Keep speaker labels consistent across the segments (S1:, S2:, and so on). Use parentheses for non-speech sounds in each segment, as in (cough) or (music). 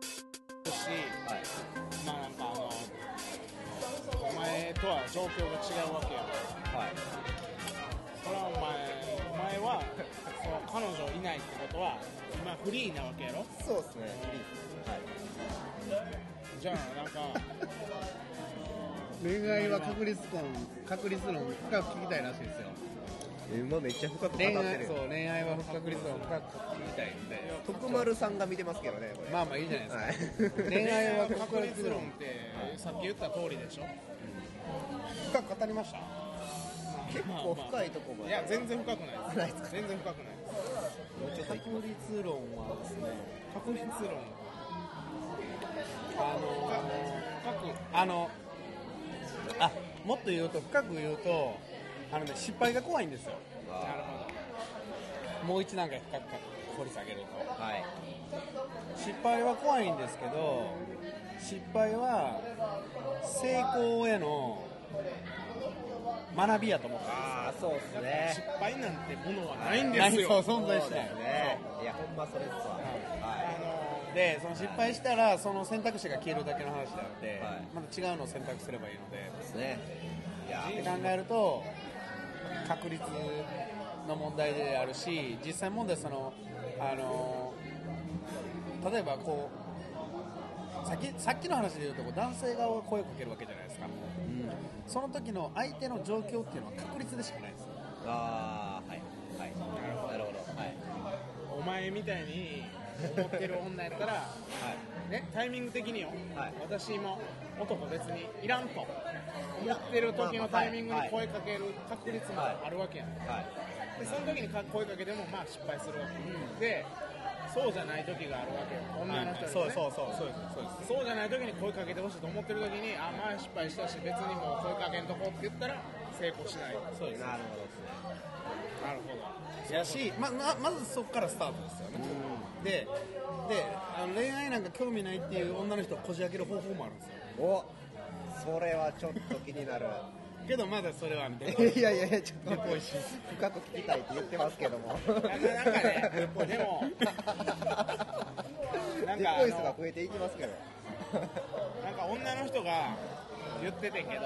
S1: し、
S2: はい
S1: まあなんかあのお前とは状況が違うわけや
S2: はい
S1: それはお前お前はそう彼女いないってことは今フリーなわけやろ
S2: そうですねはい
S1: じゃあなんか
S3: 恋愛は確率論確率論深く聞きたいらしいですよ
S2: え馬めっちゃ深く語って
S3: 恋
S2: る
S3: 愛そう
S2: よ
S3: 恋愛は確率論深く聞きたいみたいな
S2: 徳丸さんが見てますけどねこれ
S3: まあまあいいじゃないですか、
S2: はい
S3: 恋愛は
S1: 確
S3: 確
S1: 率
S3: 率
S1: 論っ
S3: 論
S1: てさっき言った通りでしょ
S3: 深く語りました
S2: 結構深いとこまで
S1: いや全然深くない
S2: ないですか
S1: 全然深くないです
S2: もうちょっと行きま
S3: 確率論はですね
S1: 確率論
S3: あのー
S1: 深く
S3: あのあもっと言うと深く言うとあのね失敗が怖いんですよ
S2: すわ
S1: なるほど
S3: もう一段階深く掘り下げると
S2: はい
S3: 失敗は怖いんですけど失敗は成功への学びやと思ってま
S2: ああそうですね
S1: 失敗なんてものはないんですよ
S3: ないそう存在しない
S2: そうですねいやほんまそれっすわは
S3: すでその失敗したらその選択肢が消えるだけの話であって、
S2: はい
S3: また違うのを選択すればいいので
S2: いですねいや
S3: って考えると確率の問題であるし実際問題そのあの例えばこうさっきさっきの話でいうとこう男性側が声をかけるわけじゃないですか
S2: うん
S3: その時の相手の状況っていうのは確率でしかないです
S2: ああはいはいなるほどはい
S1: お前みたいに思ってる女やったらねタイミング的によ、
S2: はい
S1: 私も男別にいらんと思ってる時のタイミングに声かける確率もあるわけやん、
S2: はいはい
S1: でその時にか声かけてもまあ失敗するわけ、でそうじゃない時があるわけよ女の人に、ね
S3: そうそうそうそうですそ
S1: そう
S3: うです
S1: じゃない時に声かけてほしいと思ってる時にあ前失敗したし別にもう声かけんとこって言ったら成功しない
S3: そうです
S2: なるほどです
S1: なるほ
S2: ね
S3: やしまままずそこからスタートですよねでであの恋愛なんか興味ないっていう女の人をこじ開ける方法もあるんですよ
S2: おそれはちょっと気になる
S3: けどまだそれはみたいない
S2: やいやいやちょっと
S3: 猫石
S2: 深く聞きたいって言ってますけども
S1: どなかなかねでもなん
S2: デ
S1: か
S2: コイスが増えていきますけど
S1: なんか女の人が言っててんけど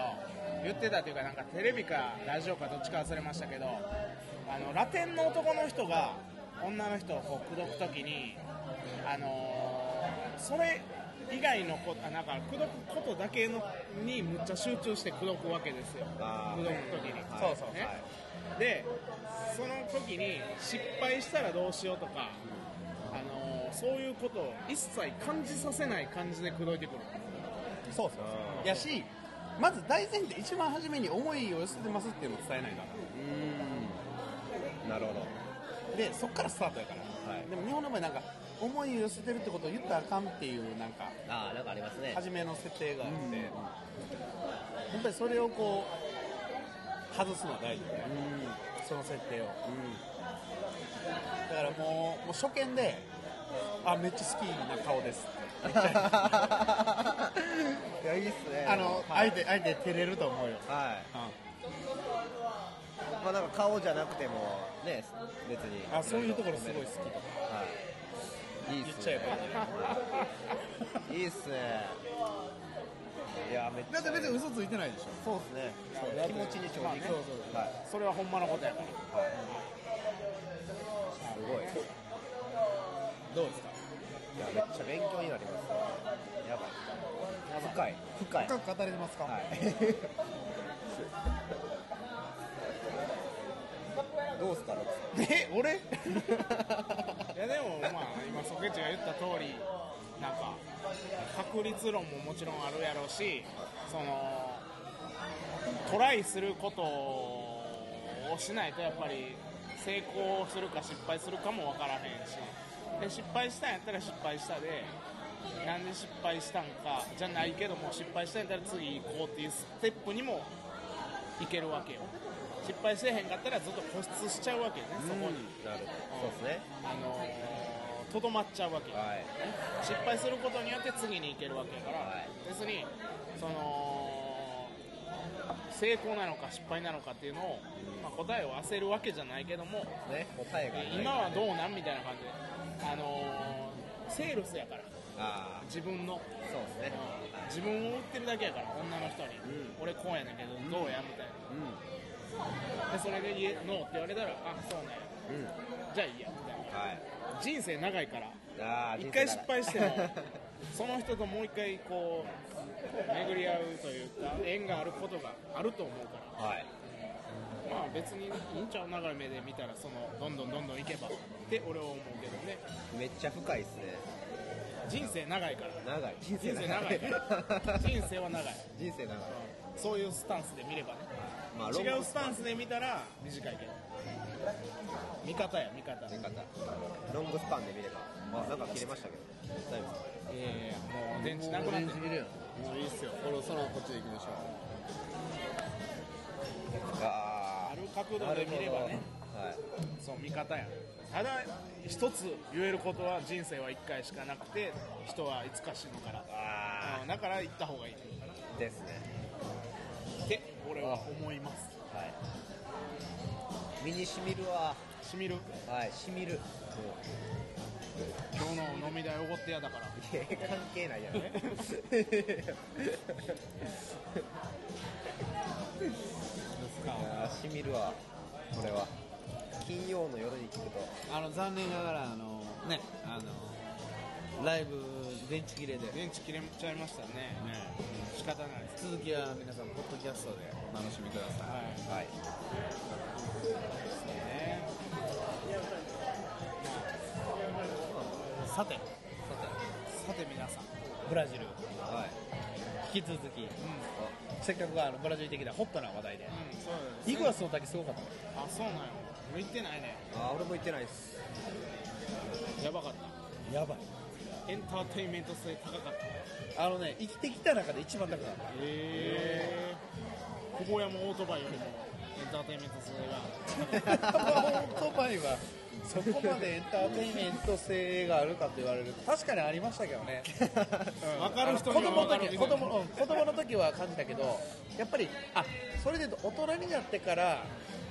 S1: 言ってたというかなんかテレビかラジオかどっちか忘れましたけどあのラテンの男の人が女の人をこう口説く時にあのーそれ以外のこあなんか口説くことだけのにむっちゃ集中して口説くわけですよ
S2: あー
S1: 口説く時に、
S2: はい
S1: そうそう
S2: はい
S1: ね、でその時に失敗したらどうしようとか、あのーそういうことを一切感じさせない感じで口説いてくる
S3: そうそうそうやしまず大前提一番初めに思いを寄せてますっていうのを伝えないから
S2: うんなるほど
S3: でそっからスタートやから、
S2: はい
S3: でも日本の場合なんか思いを寄せてるってことを言ったらあかんっていうなんか
S2: ああなんかありますね
S3: 初めの設定があって、本当にそれをこう外すのは大事だよね、その設定を、だからもうもう初見であめっちゃ好きな顔ですって言っちゃう
S2: (laughs) いやいいっすね
S3: あの、
S2: はい、
S3: 相手相手照れると思うよ、
S2: はいまあなんか顔じゃなくてもね別に
S3: あそういうところすごい好きとか
S2: はいいいっ
S3: 言っ
S2: す
S3: ちゃえ
S2: ね
S3: ばいい
S2: いいっすねいやめっちゃ
S3: だって別に嘘ついてないでしょ
S2: そうですね気持ちに正直、
S1: まあね
S2: そうそうはい
S1: それはほんまのことやから
S2: すごい
S3: どうですか
S2: いやめっちゃ勉強になりますやばい深い深い
S3: 深く語れてますか、
S2: はいどうっすかロックさん
S1: え俺いやでもまあ今ソケチが言った通りなんか確率論ももちろんあるやろうしそのトライすることをしないとやっぱり成功するか失敗するかも分からへんしで失敗したんやったら失敗したでなんで失敗したんかじゃないけども失敗したんやったら次行こうっていうステップにもいけるわけよ失敗せえへんかったらずっと固執しちゃうわけよねそこに
S2: なるほどそうですね
S1: あのとどまっちゃうわけよ
S2: はい
S1: 失敗することによって次に行けるわけやから、
S2: はい
S1: 別にその成功なのか失敗なのかっていうのを、まあ、答えを焦るわけじゃないけども
S2: ね答えがない
S1: 今はどうなんみたいな感じで、あのーセールスやから
S2: あ
S1: 自分の
S2: あそうです
S1: 自
S2: ね
S1: 分を売ってるだけやから女の人に、
S2: う
S1: 俺こうやねんけどどうやみたいな
S2: う
S1: でそれで家ノーって言われたらあそうなんや
S2: んうん
S1: じゃあいいやみたいな
S2: はい
S1: 人生長いから
S2: ああ
S1: 一回失敗しても
S2: は
S1: その人ともう一回こう巡り合うというか縁があることがあると思うから
S2: い
S1: まあ別にいいんちゃう長い目で見たらそのどんどんどんどんいけばって俺は思うけどね
S2: めっちゃ深いですね
S1: 人生長いから
S2: 長い人
S1: 人生長いから人生は長い
S2: 人生長い
S1: そういうスタンスで見ればね
S2: まあロング
S1: 違うスタンスで見たら短いけど見方や見方
S2: 見方ロングスパンで見ればあなんか切れましたけど大丈夫ですか
S1: いやいやもう電池なくなってる
S3: もういいっすよそろそろこっちで行きましょう
S2: あ
S1: ある角度で見ればね
S2: あはい
S1: そう見方やただ一つ言えることは人生は一回しかなくて人はいつか死ぬから
S2: あ
S1: うんだから行った方がいいっ
S2: あですね
S1: て俺は思います
S2: はい身にしみるわ
S1: しみる
S2: はいしみる
S1: 今日の飲み代おごってやだから
S2: いや関係ないやろねあーしみるわこれは金曜の夜に聞くと
S3: あの残念ながらあのねあのライブ電池切れで、ね、
S1: 電池切れちゃいましたね仕方ないです
S3: 続きは皆さんポッドキャストでお楽しみください
S1: はい
S2: はい
S1: ね
S3: さて
S1: さて皆さん、
S3: ブラジル
S2: はい
S3: 引き続き
S1: うん
S3: せっかくあのブラジル的なホットな話題で
S1: うん、そうです
S3: イグアスの滝すごかったね
S1: あそうなんや向いてないね
S2: あー俺も行ってないです
S1: やばかった
S3: やばい
S1: エンターテインメント性高かった
S3: あのね生きてきた中で一番高か (laughs) った
S1: へえ久保山オートバイよりもエンターテインメント性が
S3: ホットパイはそこまでエンターテインメント性があるかと言われると確かにありましたけどね
S1: 分かる人
S3: 子
S1: には
S3: 供
S1: 分
S3: の
S1: かる
S3: 時
S1: みた
S3: 子
S1: いな
S3: 供うん子供の時は感じたけどやっぱりあそれで言うと大人になってから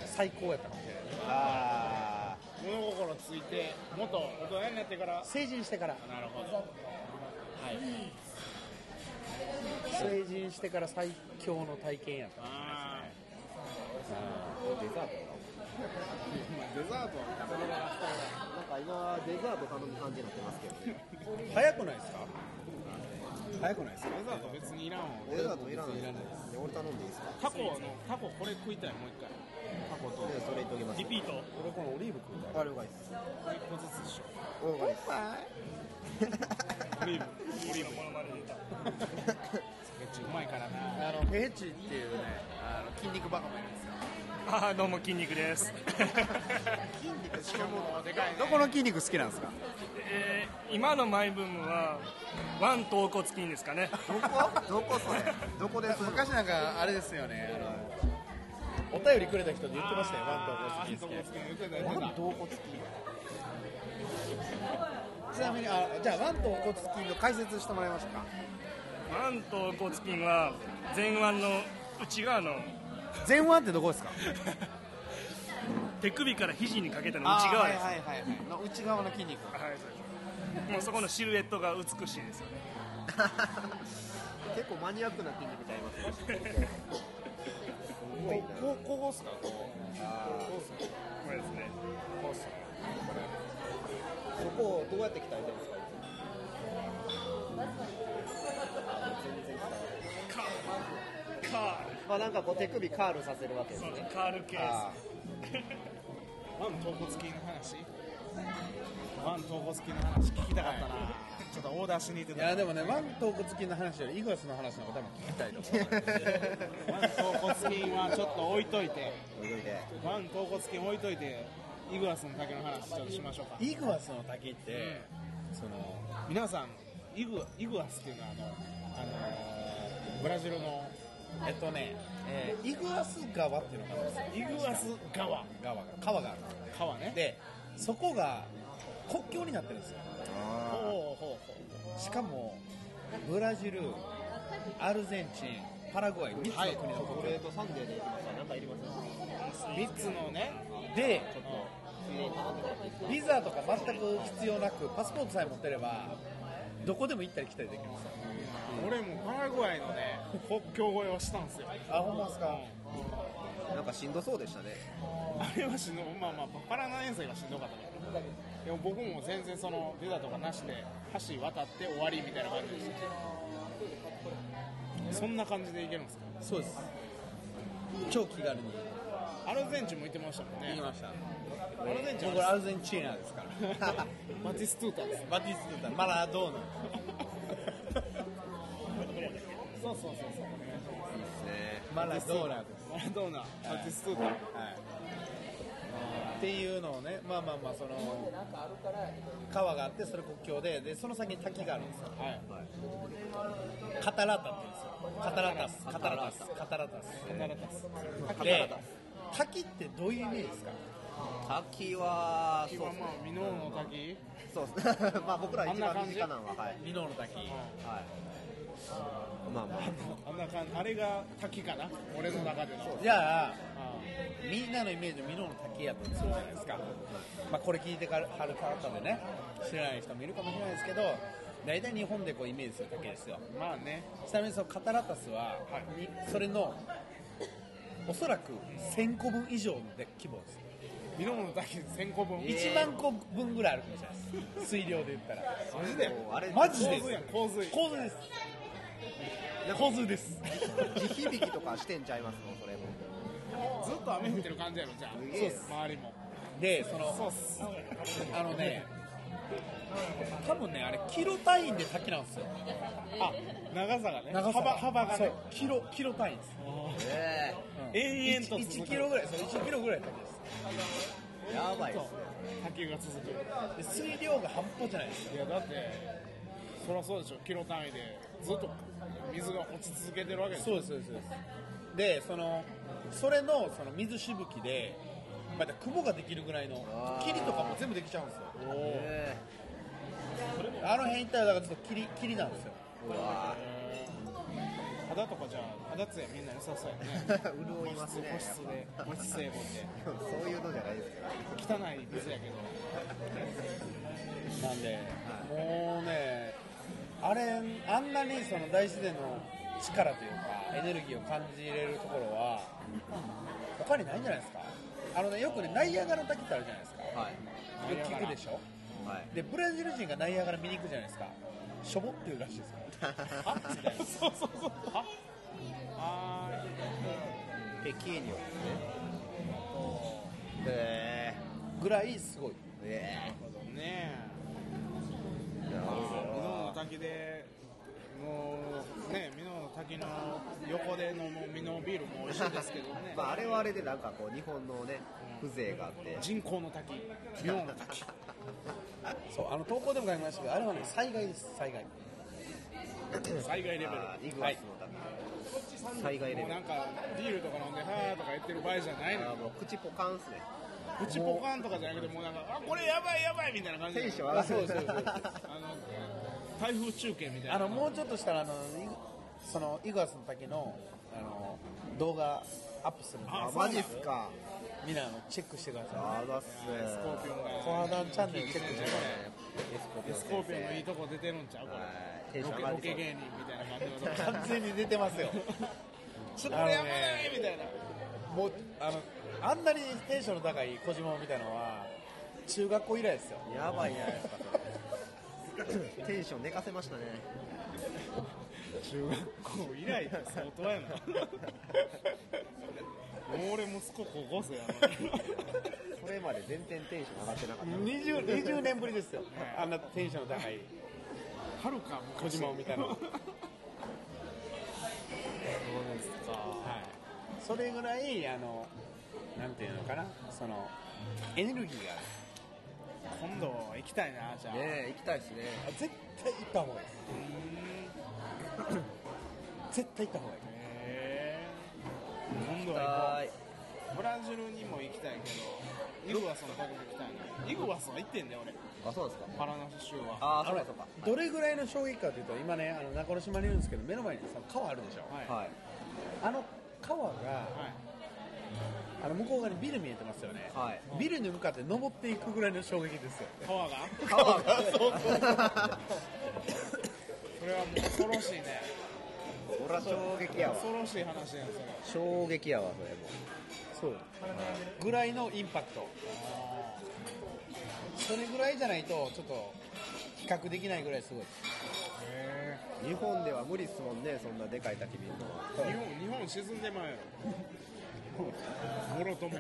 S3: 最高やったかもしれない
S2: あ
S1: 物心ついてもっと大人になってから
S3: 成人してから
S1: なるほどはい
S3: 成人してから最強の体験やった
S1: あ
S2: ーデザート
S1: ーデザート
S2: なんか今デザート頼む感じになってますけどね
S3: 早くないですか早くないですか
S1: デザート別にいらんわ
S2: デザートいらない
S3: いらないで
S2: や俺頼んでいいですか
S1: タコのタコこれ食いたいもう一回タコと
S2: でそれいっときます
S1: リピート
S3: 俺このオリーブ食う
S2: あ了解で
S1: 一個ずつで
S2: す
S1: しょ
S2: 了解です
S1: オリーブオ (laughs) リーブうまいからな
S3: あのフェチっていうねあの筋肉バカもいるんですよ
S4: あーどうも筋肉です、
S1: しかもでかいね
S3: どこの筋肉好きなんですか
S4: えー今のマイブームは腕頭骨筋ですかね
S2: どこどこそれどこです
S3: 昔なんかあれですよねあのお便りくれた人で言ってましたよワンと
S1: と
S3: 好きです
S1: ワンと
S2: どこつき
S3: ちなみにあじゃあワンとお骨付きの解説してもらいましょうか
S4: 腕頭骨筋は前腕の内側の
S3: 前腕ってどこですか
S4: (laughs) 手首から肘にかけての
S3: あ
S4: 内
S3: ー
S4: 側
S3: はい
S4: です
S3: はいはいはいの内側の筋肉
S4: はいそうですもうそこのシルエットが美しいですよね
S2: 結構マニアックな筋肉ちゃいます
S1: こここっすか
S4: これですね
S2: そこをどうやって鍛えてるんですか
S4: カー
S2: まあなんかこう手首カールさせるわけで
S4: ル
S2: す
S4: そう
S2: ね
S4: ですカール系です
S2: あ
S1: ワン頭骨筋の話ワン頭骨筋の話聞きたかったな、ちょっとオーダーしに行って
S3: い
S1: た
S3: やでもねワンとお骨付きの話よりイグアスの話の方が多分聞きたいと思う
S1: ワン頭骨筋はちょっと置いといて
S2: ー動いて
S1: ワン頭骨筋置いといてイグアスの竹の話ちょっとしましょうか
S3: イグアスの滝ってその
S1: 皆さんイグイグアスっていうのはあの、あのーブラジルの
S3: えっとね、えーイグアス川っていうのがあるんですよ
S1: イグアス川
S3: 川が川があるんですよ
S1: 川ね
S3: でそこが国境になってるんですよ
S1: ほう
S2: あ
S1: ほうほう
S3: しかもブラジルアルゼンチンパラグアイ3つの国の
S2: チョコ
S3: 国
S2: レートサンデーで行きましたなんかいります
S1: 3つのね
S3: で
S1: ちょっと
S3: ビザとか全く必要なくパスポートさえ持ってればどこでも行ったり来たりできます
S1: 俺もパラグアイのね国境越えをしたんですよ
S3: あほんまですか
S2: (laughs) なんかしんどそうでしたね
S1: あれはしんどまあまあパラ7年生がしんどかったけどでも僕も全然その出たとかなしで橋渡って終わりみたいな感じでしたそんな感じで行けるんですか
S3: そうです超気軽に
S1: アルゼンチンも行ってましたもんね
S3: 行きました
S1: アルゼンチン
S3: 僕アルゼンチーナですから
S1: マティストゥータです
S3: バティストゥータマラド
S2: (laughs)
S3: ーナ
S1: そうそうそうそう
S2: ね
S3: マラドーナです
S1: マラドーナマティストゥータ
S3: はい、っていうのをね、まあまあまあ、その川があって、それ国境で、でその先に滝があるんですよ、
S1: はい
S3: カタラタって言うんですよ、カタラタス、カタラタス、カタラタス、
S1: カタラタス
S3: で、滝ってどういうイメージですか、
S2: 滝は
S1: 今まあ箕面の滝
S2: そうですね (laughs) まあ僕ら一
S1: あんな
S2: 番
S1: 感
S2: 身
S1: じ
S2: 近なのははい
S3: 箕面の滝、
S2: はいまあまあ
S1: あんな感じあれが滝かな俺の中での
S3: じゃあ、
S1: あ
S3: みんなのイメージ、箕面の滝やとするじゃないですか、まあ、これ聞いてからはる方でね、知らない人もいるかもしれないですけど、大体日本でこうイメージする滝ですよ。
S1: ーまあね
S3: ちなみにそのカタラタスは、にそれのおそらく1000個分以上の規模です、
S1: 箕面の滝1000個分
S3: 1万個分ぐらいあるかもしれないです水量で言ったら
S1: マジで
S2: もうあれ
S3: マジ
S1: 洪
S3: で
S1: 水やん洪水
S3: 洪水です洪水です
S2: 地響きとかしてんちゃいますもんそれも
S1: ずっと雨降ってる感じやろじゃあ
S2: すげえ
S1: 周りも
S3: でその
S1: そうっす
S3: あのね多分ねあれキロ単位で滝なんですよ
S1: あ長さがね
S3: 長さ
S1: 幅幅が
S3: そ
S1: ね
S3: うキロキロ単位です
S2: え
S1: 延々と
S3: 1,
S1: 続く
S3: キロぐらいそう1キロぐらいの滝です
S2: えやばいですね
S1: 波及が続くい
S3: で水量が半端じゃないです
S1: やだってそりゃそうでしょキロ単位でずっと水が落ち続けてるわけでしょ
S3: そうですそうですそうですでそのそれのその水しぶきでまた雲ができるぐらいの
S2: あー
S3: 霧とかも全部できちゃうんですよ
S2: え
S3: あの辺一体だからちょっと霧霧なんですよ
S2: えうわ
S1: 肌とかじゃあ肌つやみんな良さそうやね
S2: (laughs) 潤いますね
S1: 保湿で保湿成分で
S2: (laughs) そういうのじゃないですけど
S1: 汚い水やけど
S3: なんでもうねあれあんなにその大自然の力というかエネルギーを感じれるところは他にないんじゃないですかあのねよくねナイアガラの滝ってあるじゃないですかよ
S2: はい
S3: く聞くでしょ
S2: はい
S3: でブラジル人がナイアガラ見に行くじゃないですかしょぼっていうらしいですから
S1: あみたいなそうそうそうああー
S2: 北京にはですねえ
S3: ぐらいすごい
S2: ええ
S1: なるほどね
S2: えなる
S1: 箕面の
S2: ほ
S1: 滝でもうね箕面の滝の横で飲む箕面ビールも美味しいですけどね
S2: どまああれはあれでなんかこう日本のね風情があって
S1: 人工の滝箕面の滝
S3: そうあの投稿でも書きましたけどあれはね災害です災害
S1: 災害レベル
S2: あーイグアスの旅災害レベ
S1: もう
S2: ル
S1: なんかビールとか飲んではーとか言ってる場合じゃない
S2: あ
S1: の
S2: ーもう口ポカンっすね
S1: プチポカンとかじゃなくてもうなんかあこれやばいやばいみたいな感じ
S2: テンション上がってる
S3: あそうそうそ
S1: あ
S3: う
S1: の台風中継みたいな
S3: あのもうちょっとしたらあのいそのイグアスの滝のあの動画アップするんで
S1: あ
S2: あマジっすか
S3: みんなあのチェックしてください
S2: あだっすね
S1: スコーピオン
S3: コ
S1: が
S3: ハダンチャンネルチェックしてくださ
S2: エスコー
S1: ス
S2: ピオン
S1: コーピオンのいい
S2: 先
S1: とこ出てるんちゃうこ
S2: はいテ
S1: れ
S2: ンシ
S1: ロ
S2: ョン上
S1: ケロ
S2: がって
S1: ケ
S2: き
S1: 芸人みたいな感じのとこ
S3: い完全に出てます
S1: (laughs)
S3: よ
S1: ちょっとこれやばないみたいな
S3: もうあのあんなにテンションの高い小島を見たのは中学校以来ですよ
S2: たやばいじゃないですかそれテンション寝かせましたね
S1: 中学校以来って相当やなもう俺息子高校生やな
S2: それまで全然テンション上がってなかっ
S3: 20, 20年ぶりですよあんなテンションの高い
S1: (laughs) はるか
S3: 小島を見たのは
S1: そうですか
S3: はい、それぐらいあのなんていうのかなそのエネルギーが
S1: 今度行きたいなじゃ
S2: た
S1: あ、
S2: ねえ行きたいですね
S3: ある絶対行った方がいい絶対行った方がいい
S1: へー今度は
S2: はい
S1: 行こうブラジルにも行きたいけどイグアスの方も行きたいなイグアスは行ってんだよ俺
S2: あそうなんですか
S1: パラナシ州は
S2: ああ
S3: あ
S2: そう
S3: の
S2: か
S3: ね
S2: そうか
S3: どれぐらいの衝撃かというと今ねあの中之島にいるんですけど目の前にさ川あるでしょ
S1: はいは
S2: はい
S3: あの川が
S1: い
S3: あの向こう側にビル見えてますよね、
S2: はい
S3: ビルに向かって登っていくぐらいの衝撃ですよ
S1: 川が
S2: 川が
S1: それはもう恐ろしいね
S2: そら衝撃やわ
S1: 恐ろしい話やんそれ
S2: 衝撃やわそれも
S3: そうぐらいのインパクトそれぐらいじゃないとちょっと比較できないぐらいすごいです
S2: 日本では無理っすもんねそんなでかい焚き火の
S1: 日本日本沈んでまうやろもろとも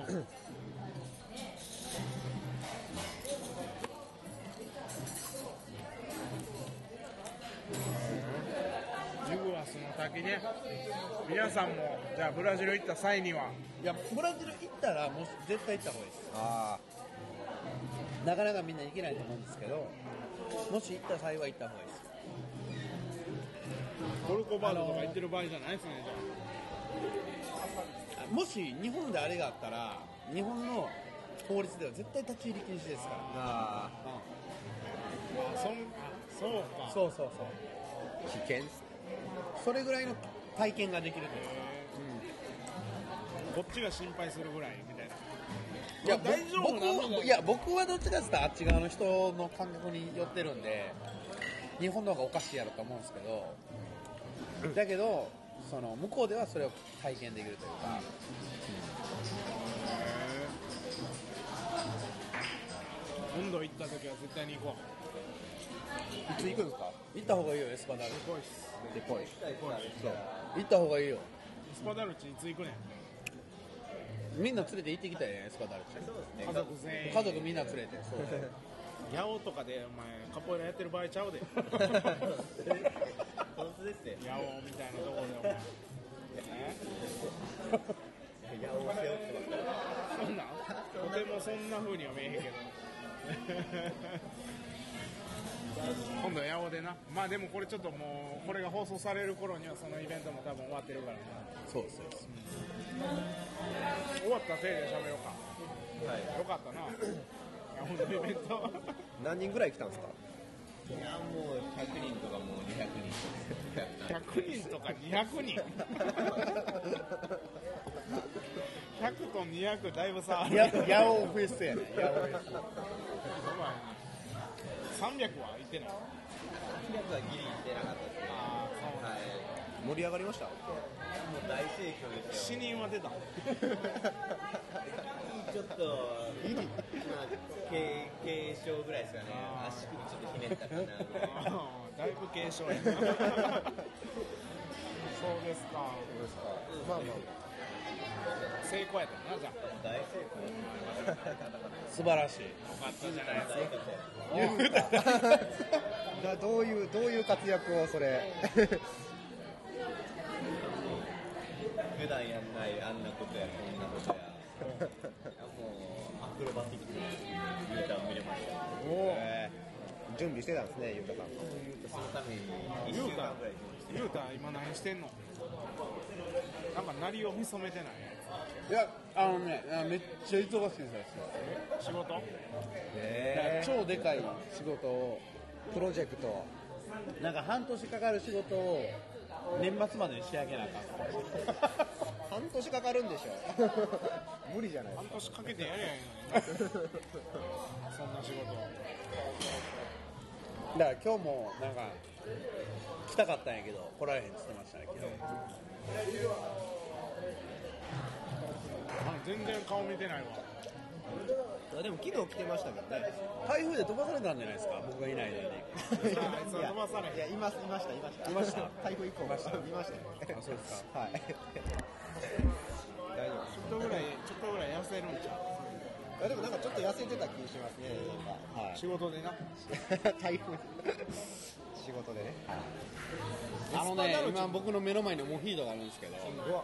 S1: ユグアスの滝ね皆さんもじゃあブラジル行った際にはい
S3: やブラジル行ったらもう絶対行った方がいいです
S2: あ
S3: なかなかみんな行けないと思うんですけどもし行った際は行った方がいいです
S1: トルコバードとか行ってる場合じゃないですねじゃ
S3: あもし日本であれがあったら日本の法律では絶対立ち入り禁止ですか
S2: ー
S3: ら
S1: あ
S2: あ
S1: あそんそうか
S3: そうそうそう
S2: ー危険っす
S3: それぐらいの体験ができるとい
S1: こ
S3: う
S1: っちが心配するぐらいみたいない
S3: や
S1: まあ大丈夫なのか
S3: 僕いや僕はどっちかっていうとあっち側の人の感覚に寄ってるんで日本の方がおかしいやろと思うんですけどだけどその向こうではそれを体験できるというか、
S1: 今度行った時は絶対に行こう
S2: いつ行くんすか
S3: 行った方がいいよエスパダル
S1: すごいっす
S2: でぽい
S3: 行った方がいいよ
S1: スパダルチいつ行くねん
S3: みんな連れて行ってきたよねエスパダルち
S1: 家族全員
S3: 家族みんな連れてそうだよ
S1: 八尾とかでお前カポエラやってる場合ちゃう (laughs) で八
S2: 本当ですね
S1: 尾みたいなところでお前ね
S2: いやお世話って
S1: そんなんとてもそんな風には見えへんけど今度八尾でなまあでもこれちょっともうこれが放送される頃にはそのイベントも多分終わってるからな
S3: そうですそうです
S1: 終わったせいで喋ろうか
S2: ますはい
S1: よかったな八尾のイベント
S2: 何人ぐらい来たんすか
S5: いやもう100人とかもう200人とか
S1: 100人とか200人
S2: (laughs)
S1: 100と200だいぶ差ある
S3: やヤオフェスやねヤオフェス
S1: 300はいってない
S5: 300はギリいってなかったですね
S1: あ
S5: はい
S2: 盛り上がりました
S5: もう大盛況で
S1: あ
S5: すよ
S1: 死人は出た
S5: ちょっとまあ軽軽症ぐらいですかね
S1: あー
S5: 足首ちょっとひねったかなぐらい
S1: だいぶ軽症やなそうですか
S2: まあま
S1: 成功やったなじゃあ
S5: 大成功
S3: 素晴らしい
S1: よかったじゃないですか
S5: 大成功
S2: あだどういうどういう活躍をそれ
S5: (laughs) 普段やんないあんなことやこんなことやいやもうアクロバティックなユーター見れましたね
S2: えー準備してたんですねゆうた
S5: そ
S2: さん
S5: のために1週間ぐらい準備して
S1: ゆうた今何してんのなんか鳴りを潜めてない
S3: いやあのねあのめっちゃ忙しいんです
S1: 仕
S3: よ
S1: 事
S3: 超でかい仕事を
S2: プロジェクト
S3: なんか半年かかる仕事を年末までに仕上げなあかん
S2: 半年かかる
S5: (laughs)
S2: んでしょ無理じゃない
S1: 半年かけてやりゃいいのになそんな仕事
S3: だから今日もなんか来たかったんやけど来られへんって言ってましたねけ
S1: あ全然顔見てないわ
S2: あでも昨日来てましたけどね
S3: ど台風で飛ばされたんじゃないですか僕がいない (laughs) の
S1: あ
S3: に
S1: いつは飛ばされへん
S2: いやいますいましたいました
S3: いました
S2: 台風以降
S3: いま
S2: (laughs)
S3: した
S2: 見ました
S3: (laughs) あそうです
S2: かはい大丈夫
S1: ちょっとぐらいちょっとぐらい痩せるんちゃ
S2: いやでもなんかちょっと痩せてた気しますねなん
S1: う仕事でな
S2: か
S3: (laughs)
S2: はい台風仕事でね
S3: あのね今僕の目の前にモヒートがあるんですけど
S2: うわ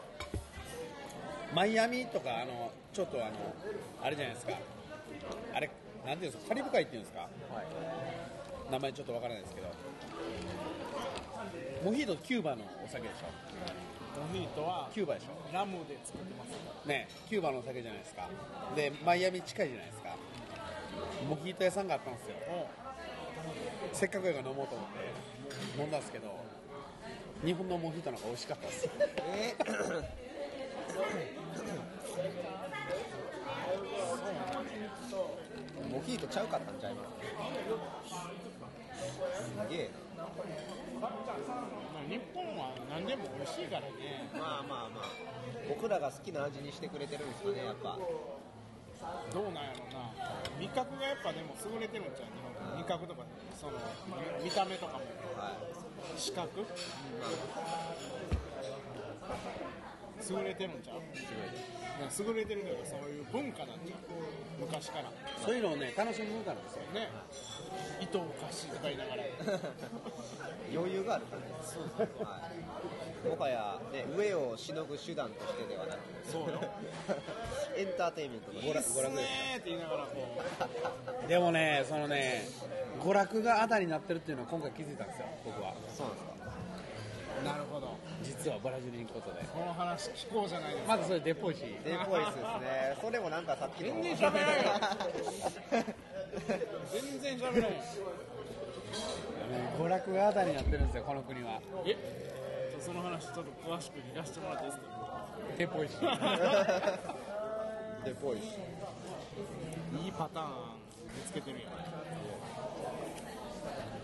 S3: マイアミとかあのちょっとあのあれじゃないですかあれなんていうんですかカリブ海っていうんですか
S2: はい
S3: 名前ちょっとわからないですけどモヒートキューバのお酒でしょ
S1: モヒートは
S3: キューバでしょ
S1: ラムで作ってます
S3: ねキューバのお酒じゃないですかでマイアミ近いじゃないですかモヒート屋さんがあったんですよせっかくやから飲もうと思って飲んだんですけど日本のモヒートなんか美味しかった (laughs) です
S2: モヒートちゃうかったんちゃいますすげえ
S1: 日本は何でも美味しいからね
S2: なまあまあまあ僕らが好きな味にしてくれてるんですかねやっぱ
S1: どうなんやろうな味覚がやっぱでも優れてるんちゃう日本味覚とかその見た目とかも
S2: はい
S1: 視覚、優れてるんちゃうなんか優れてるというかそういう文化なんちゃう昔から
S3: そういうのをね楽しむ文化なんですよ
S1: ね糸おかしいとか言いながら
S2: 余裕がある感じですはい、もはや、ね、上をしのぐ手段としてではなく
S1: そうよ
S2: エンターテインメントの娯楽
S1: す
S2: 娯楽です
S1: ねーって言いながらこう
S3: でもねそのね娯楽があだになってるっていうのは今回気づいたんですよ僕は
S2: そうなんですか
S1: なるほど
S3: 実はブラジルに行くことで
S1: この話聞こうじゃないですか
S3: まずそれでっぽいし
S2: デーボイスですねそれもなんかさっきの
S1: 全然喋らないよ全然喋らない
S3: ね娯楽があだになってるんですよこの国は
S1: えその話ちょっと詳しく聞かせてもらっていいですか
S3: でっぽいし
S2: (laughs) デーボイス
S1: いいパターン見つけてるやん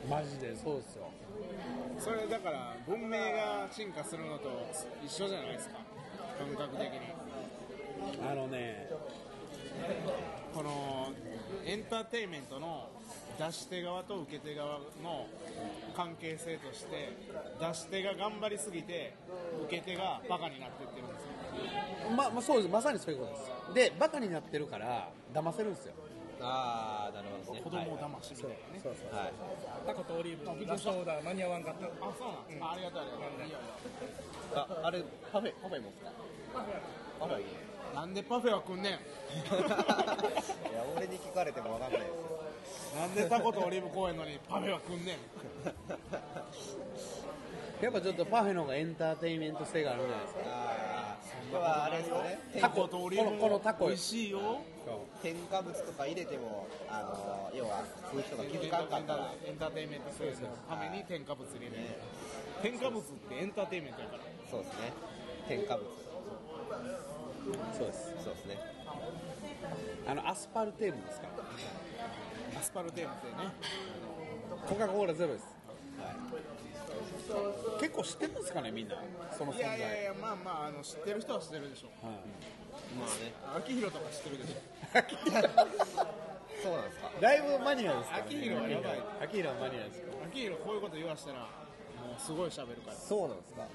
S3: マジでそうですよ
S1: それだから文明が進化するのと一緒じゃないですか感覚的に
S3: あのね
S1: このエンターテインメントの出し手側と受け手側の関係性として出し手が頑張りすぎて受け手がバカになっていってるんですよ
S3: ままそうですまさにそういうことですでバカになってるから騙せるんですよ
S2: ああなるほどね
S1: 子供を騙しみたいなね
S2: はい
S4: タコとオリーブのラストオーダー間に合わんかった
S1: あそうなんですかあありがとうありがとういいよいいよ
S2: あ、あれ、パフェ、パフェ持ってた。あら、いいね。
S1: なんでパフェは来 (laughs) んねん
S2: いや、俺に聞かれてもわかんないですよ。
S1: なんでタコとオリーブ公園のにパフェは来んねん
S3: やっぱちょっとパフェの方がエンターテインメント性があるんじゃないですか
S2: ああ、それはあれですよね。
S1: タコとオリーブも
S3: このこのタコ
S1: 美味しいよ
S2: 添加物とか入れても、あの、要は、そういう人が気づかんかったら。
S1: エンターテインメントするために添加物入れる添加物ってエンターテインメントやから
S2: そうですね。添加物。
S3: そうです
S2: そうですね。
S3: あのアスパルテームですか
S1: アスパルテームってね
S3: コカ・コーラゼロです、結構知ってるんですかねみんなその
S1: い
S3: 存在
S1: やいやいやまあまああの知ってる人は知ってるでしょ
S2: まあね。
S1: 秋広とか知ってるでしょ
S2: そうなんですか。
S3: ライブマニアですから、ね、
S1: 秋広はやばい
S3: アキーラマニアですか
S1: 秋広こういうこと言わしたらもうすごい喋るか
S2: そうなんですか。
S1: ら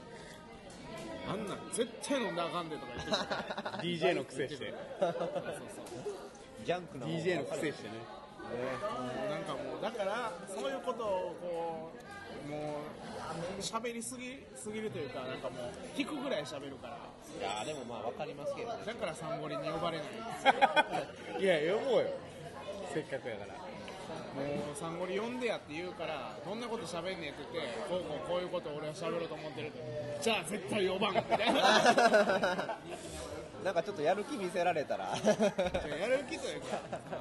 S1: あんなん絶対飲んだらあかんでとか言ってくる
S3: ら DJ の癖
S1: (laughs)
S3: して
S1: そうそうそう
S2: ジャンクな。
S3: DJ の癖してね
S1: なんかもうだからそういうことをこうもう喋りすぎすぎるというかなんかもう聞くぐらい喋るから
S2: いや、でも、まあ、わかりますけどね。
S1: だからサンゴリに呼ばれないんです
S3: いや呼ぼうよせっかくやから
S1: よもうサンゴリ呼んでやって言うからどんなこと喋んねえって言ってこうこうこういうこと俺は喋ろうと思ってるってじゃあ絶対呼ばんみたいな
S2: (laughs) なんか、ちょっとやる気見せられた
S1: や
S2: ら。
S1: る気というか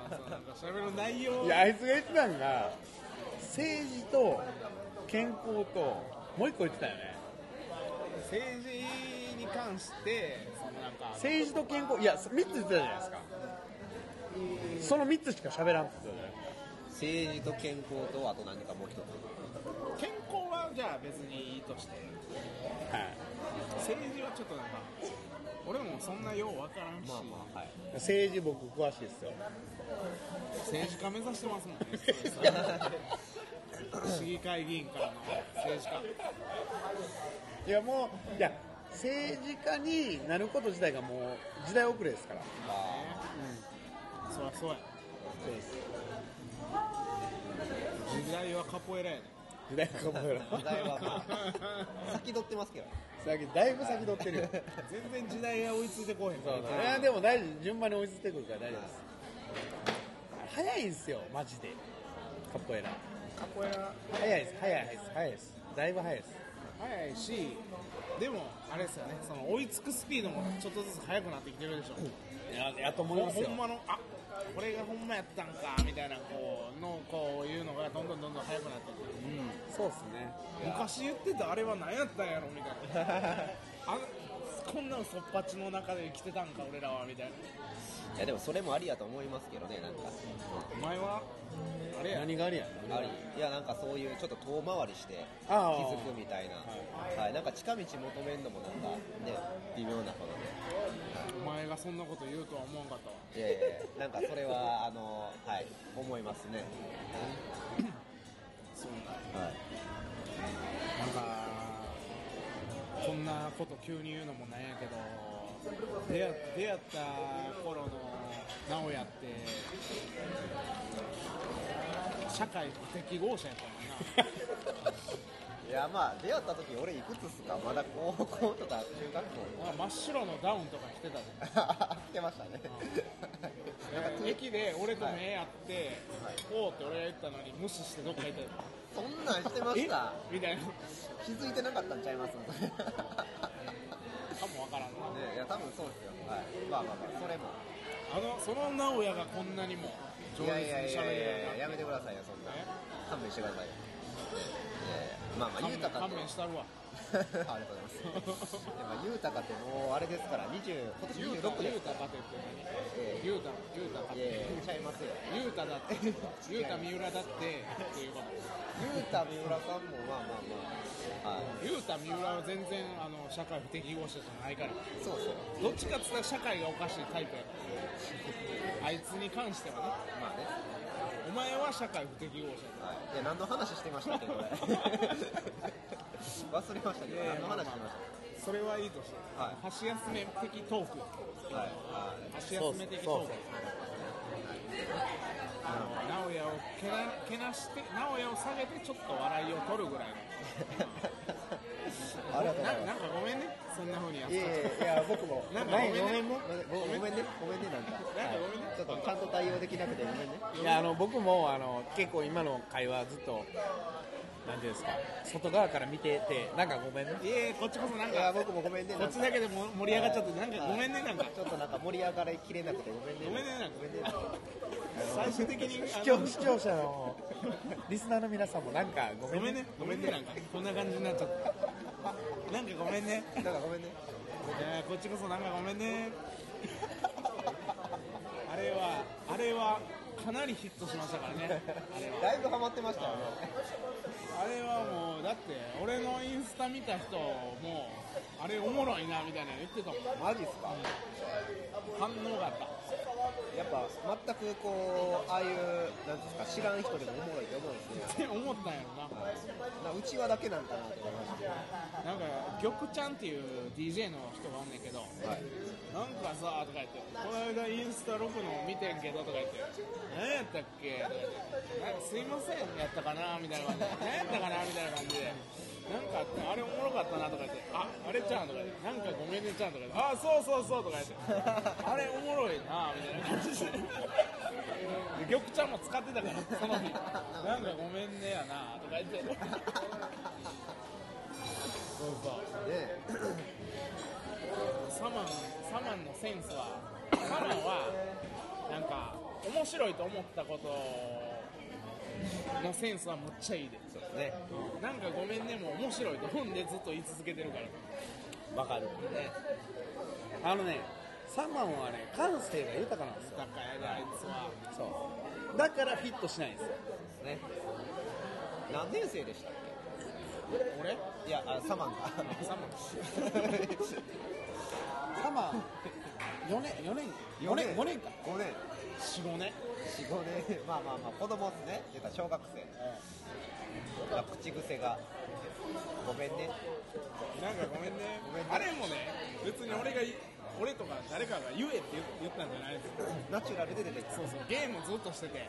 S1: そうなんか喋る内容
S3: いやあいつが言ってたんが政治と健康ともう一個言ってたよね
S1: (laughs) 政治に関してそのなんか
S3: 政治と健康いや3つ言ってたじゃないですかその3つしか喋らんって言ってたじゃない
S2: 政治と健康と、あと、何かもう一つ。
S1: 健康はじゃあ別にいいとして
S3: ですか、はい
S1: 政治はちょっとなんか俺もそんなようわからんし、
S3: 政治僕詳しいですよ
S1: 政治家目指してますもん (laughs) ね市議会議員からの政治家
S3: いやもういや政治家になること自体がもう時代遅れですから
S1: そりゃそうや時代はカポエラやね
S3: 時代遅れ
S2: 時代は、ま
S1: (laughs)
S2: あ。先取ってますけどね。
S3: だいぶ先取ってるよ
S1: 全然時代が追いついてこうへんから
S3: いやでも大事順番に追いついてくるから大丈夫です早いんすよマジでカポエラ
S1: カポエラ
S3: 早いです早いです早いですだいぶ早いです
S1: 早いしでもあれですよねその追いつくスピードもちょっとずつ速くなってきてるでしょ
S3: いややと思い
S1: ほ
S3: ますよ
S1: んまのあこれがほんまやったんかみたいなこうのこういうのがどんどんどんどん速くなってくる
S3: そうっすね
S1: 昔言ってたあれは何やったんやろみたいなあこんなのそっぱちの中で生きてたんか俺らはみたいない
S2: やでもそれもありやと思いますけどねなんか
S1: お前はあれや
S6: 何がありやん
S2: ありいやなんかそういうちょっと遠回りして気
S6: ああ
S2: づくみたいなはい、なんか近道求めるのもなんかね微妙なことで
S1: お前がそんなこと言うとは思わんかったわ
S2: いやいやいやなんかそれはあのはい思いますね (laughs) そうはい
S1: なんかこんなこと急に言うのもなんやけど出会出会った頃の直哉って社会不適合者やったもんな
S2: いやまあ出会った時俺いくつっすかまだ高校とか中学校 (laughs)
S1: なんか真っ白のダウンとか着てたで
S2: 来てましたね
S1: なんか駅で俺と目合って、
S2: はい
S1: おうって俺が言ったのに無視してどっか行ったよ
S2: そんなんしてました
S1: みたいな
S2: 気づいてなかったんちゃいますそれね
S1: かもわからんな
S2: えいや多分そうですよはいまあまあまあそれも
S1: あのその直哉がこんなにも上
S2: い
S1: 手
S2: やいや
S1: に
S2: い
S1: し
S2: や
S1: ゃべるようになっ
S2: や
S1: て
S2: やめてくださいよそんな勘弁してくださいよええまあまあ
S1: 勘
S2: ゆう
S1: 弁
S2: たかっ
S1: 勘
S2: て
S1: 弁したるわ
S2: (laughs) ありがとうございますでもゆうたかってもうあれですから20今
S1: ゆう
S2: 年
S1: た
S2: 26
S1: ゆう
S2: ですか
S1: た
S2: ら
S1: かてって何
S2: え
S1: ゆうたゆうたか
S2: えい
S1: て
S2: やいやちゃいますよ
S1: ゆうただってゆうた三浦だってっていうこと
S2: ゆうた三浦さんもまあまあまあはい
S1: ゆうた三浦は全然あの社会不適合者じゃないから
S2: そうそう
S1: どっちかっつったら社会がおかしいタイプやからあいつに関してはね
S2: まあね
S1: お前は社会不適合者だ
S2: はい、いや何の話してましたっけど忘れましたけど何の話してまし
S1: それはいいとして、
S2: はい
S1: 箸休め的トーク
S2: たはいは
S1: 箸休め的トークあの直哉をけなけなして直哉を下げてちょっと笑いを取るぐらい
S2: いありが
S1: の
S2: とうござい
S1: な
S2: ま
S1: なんかごめんねそんなふうにやっ
S2: すい
S1: て
S2: やいやいや僕も
S1: なんかごめんね
S2: ごごめんねごめんねなん
S1: なん
S2: か
S1: かごめんね
S2: はいちょっとちゃんと対応できなくてごめんね
S6: いやあの僕もあの結構今の会話ずっとなんていうんですか外側から見ててなんかごめんね
S1: いやいやこっちこそなん
S2: いや
S1: か
S2: 僕もごめんね
S1: こ
S2: な
S1: っ
S2: ん
S1: ち
S2: か
S1: だけでも盛り上がっちゃってなんか
S2: はい
S1: ごめんねなんか
S2: ちょっとなんか盛り上がりきれなくてごめんね
S1: ごめんねなんか
S2: ごめんね
S1: 最終的に
S6: 視
S1: あ
S6: 聴
S1: の
S6: 視聴者のリスナーの皆さんもなんかごめ
S1: ご
S6: んね
S1: めんねごめんねなんかこんな感じになっちゃったなんかごめんね
S2: なんかごめんね
S1: いやこっちこそなんかごめんね (laughs) あれはあれはかなりヒットしましたからね
S2: だいぶハマってましたよね
S1: あれはもうだって俺のインスタ見た人もあれおもろいなみたいなの言ってたもん
S2: マジっすか
S1: 反応があった
S2: やっぱ全くこうああいうなんていうんですか知らん人でもおもろいと思うんですね
S1: って思ったんやろ
S2: はいなうちわだけなんかなと思いました
S1: ななんか玉ちゃんっていう DJ の人がおんねんけど
S2: はい
S1: なんかさとか言って「この間インスタログの見てんけど」とか言って「何やったっけ?」とか言って「なんかすいませんやったかな」みたいな感じで「何やったかな」みたいな感じで「なんかあったあれおもろかったな」とか言って「ああれちゃん」とか言って「なんかごめんねちゃん」とか言って「あそうそうそう」とか言って「あれおもろいな」みたいな感じでで玉ちゃんも使ってたからその日「なんかごめんねやな」とか言ってそうそう
S2: ね
S1: サマンサマンのセンスはサマンはなんか面白いと思ったことのセンスはむっちゃいいで
S2: ね
S1: なんかごめんねも面白いと本でずっと言い続けてるから
S6: わかるあのねサマンはね感性が豊かなんですよ
S1: だからねあいつは
S6: そうだからフィットしないんですよ
S2: ね何年生でしたっ
S1: 俺
S2: けいやあサマンが
S1: サマン
S6: サマン4年4年4年5年か
S2: 5年
S1: 45年
S2: 45年まあまあまあ子供ですね出た小学生、まあ口癖がごめんね
S1: なんかごめんね
S2: ごめんね
S1: あれもね別に俺がい俺とか誰かが言えって言言ったんじゃないですよ
S2: ナチュラルで出てきた
S1: そうそうゲームずっとしてて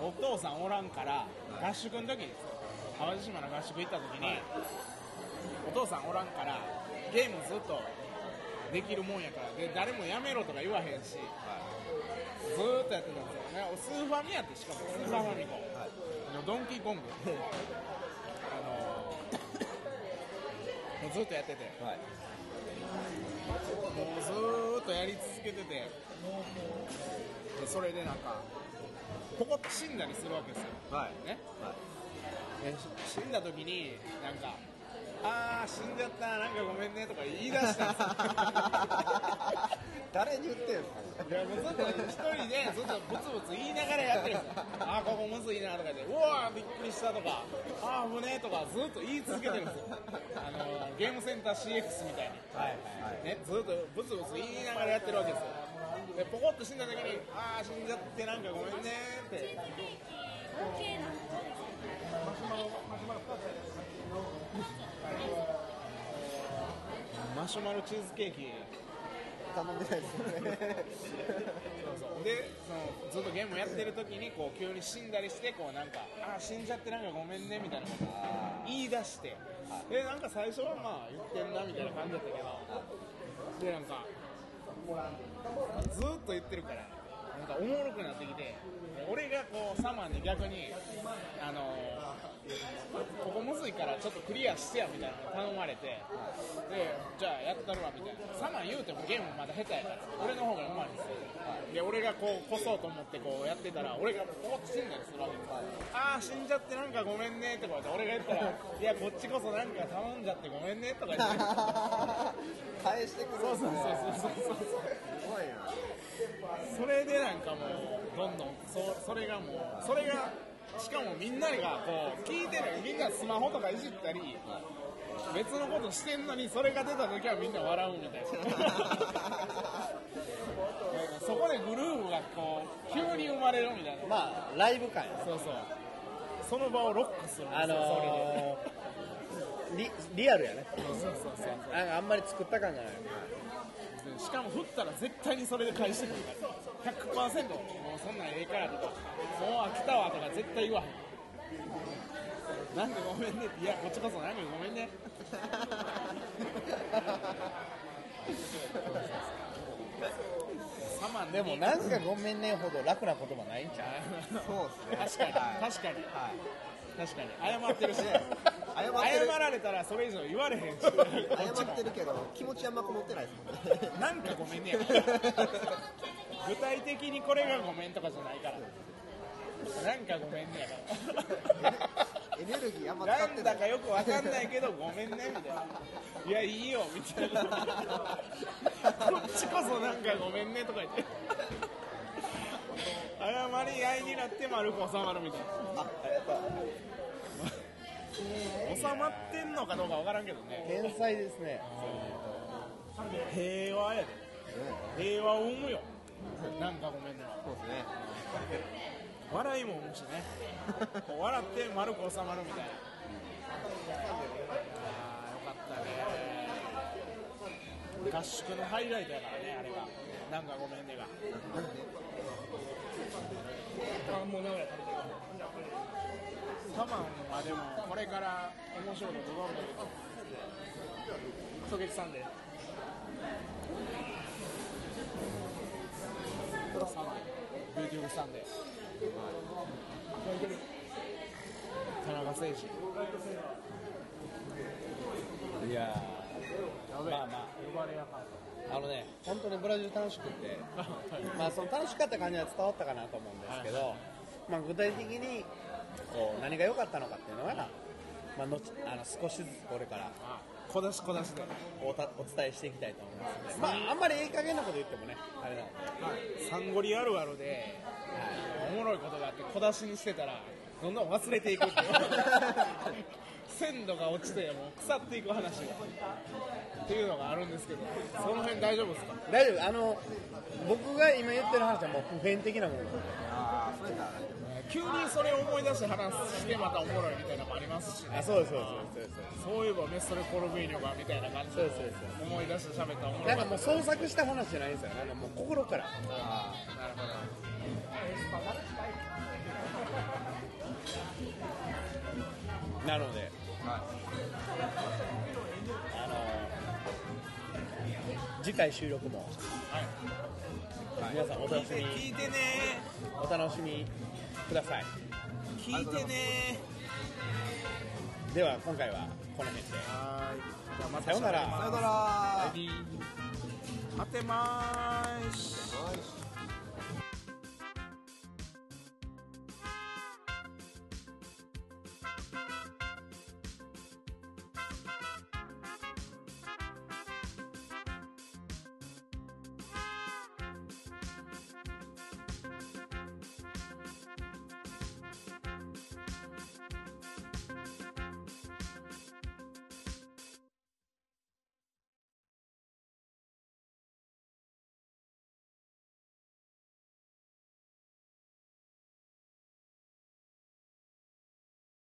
S1: お父さんおらんから合宿の時に淡路島の合宿行った時に、お父さんおらんからゲームずっとできるもんやからで誰もやめろとか言わへんし、ずーっとやってたんですよねスーファミやってしかもスーパーファミコン、あのドンキー (laughs) コングあのーもうずっとやってて
S2: はい
S1: もうずーっとやり続けててでそれでなんかポコッと死んだりするわけですよ、
S2: はい
S1: ね
S2: は
S1: でし死んだ時になんかあー死んじゃったなんかごめんねとか言い出したんですよ
S2: (laughs) 誰に言ってんの
S1: いやもうずっと一人でずっとブツブツ言いながらやってるんですよあーここむずいなとかでうわーびっくりしたとかあー危ねえとかずっと言い続けてるんですよあのーゲームセンター CX みたいにね、ずっとブツブツ言いながらやってるわけですよでポコッと死んだ時に「ああ死んじゃってなんかごめんね」ってマシュマロチーズケーキ
S2: 頼んでないですよね
S1: でそのずっとゲームやってる時にこう急に死んだりしてこうなんか「ああ死んじゃってなんかごめんね」みたいなことを言い出してでなんか最初はまあ言ってんなみたいな感じだったけどでなんかずーっと言ってるからなんかおもろくなってきて俺がこうサマーに逆に「あのーここむずいからちょっとクリアしてや」みたいなの頼まれてでじゃあやったるわみたいなサマー言うてもゲームまだ下手やから俺の方がうまいんですよで俺がこうこそうと思ってこうやってたら俺がこう死んだりするわけですああ死んじゃってなんかごめんねってこうやって俺が言ったら「いやこっちこそなんか頼んじゃってごめんね」とか言
S2: (laughs)
S1: って
S2: 返してく
S1: そ
S2: る
S1: うそうそう
S2: う
S1: そうそうそう
S2: すごいな
S1: それでなんかもうどんどんそそれがもうそれがしかもみんながこう聞いてないみんなスマホとかいじったり別のことしてんのにそれが出た時はみんな笑うみたいな (laughs) そこでグルーヴがこう急に生まれるみたいな
S3: まあライブ感や
S1: そうそうその場をロックするんですよ、
S3: あのー、リリアルやね
S1: それでそうそうそうそう
S3: ああんまり作った感がない
S1: しかも振ったら絶対にそれで返してくるから100%もうそんなんええからとかもう飽きたわとか絶対言わへんなんでごめんねっていやこっちこそなんでごめんねサマン
S3: でもなんかごめんねほど楽な言葉ないんちゃ
S2: そうです
S1: 確
S2: ね
S1: かに確かに
S2: はい
S1: 確かに謝ってるし
S2: ね (laughs) 謝ってる
S1: 謝られたらそれ以上言われへんしこっち
S2: 謝
S1: も
S2: ってるけど気持ちあんまこもってないですもんね
S1: なんかごめんねや (laughs) 具体的にこれがごめんとかじゃないからなんかごめんねやから
S2: エネルギーあんま使
S1: な
S2: っ
S1: ん
S2: て
S1: だ
S2: ない
S1: かよくわかんないけどごめんねみたいないやいいよみたいなこっちこそなんかごめんねとか言って謝り合いになって丸く収まるみたい
S2: あありがとう
S1: な収まってんのかどうかわからんけどね
S3: う天才ですね
S1: 平和やで平和を生むよなんかごめんね
S2: そうですね
S1: 笑いも面白いねこう笑って丸く収まるみたいなあーよかったね合宿のハイライトやからねあれがなんかごめんねが
S7: あもう名古屋食べてる
S1: サマンはでもこれから面白いことどんどん
S7: ソゲキさんで
S1: サマンビューティフルサンデー田中誠司
S3: いやーまあまあ
S1: 呼ばれやかっ
S3: あのね、本当にブラジル楽しく (laughs) て、まあ、その楽しかった感じは伝わったかなと思うんですけど、まあ、具体的にこう何が良かったのかっていうのは、まあ、後あの少しずつこれから
S1: た小出し小出しで、
S3: おたお伝えしていきたいと思いますので、まあ、あんまりいい加減なこと言ってもね、あれなので、
S1: サンゴリあるあるでおもろいことがあって小出しにしてたらどんどん忘れていくっていう鮮度が落ちてもう腐っていく話がっていうのがあるんですけどその辺大丈夫ですか
S3: 大丈夫、あの僕が今言ってる話はもう普遍的なものなんで、
S2: ああそれなら
S1: 急にそれを思い出して話してまたおもろいみたいなのもありますしね
S3: あそうです、そうです、そうです、そうで
S1: そういえばメストレコルビーニョがみたいな感じで
S3: そうですそう
S1: 思い出して喋ったらおも
S3: す
S1: ろ
S3: ないんかもう創作した話じゃないんですよ、なんかもう心から、
S1: なるほど
S3: なので、
S2: は
S3: あの次回収録も、皆さんお楽しみに。
S1: 聞いてね
S3: お楽しみください
S1: 聞いてね
S3: では今回はこの辺で
S1: はーいじゃあま
S3: さようなら
S2: さよなら
S1: 待てまーす
S2: はい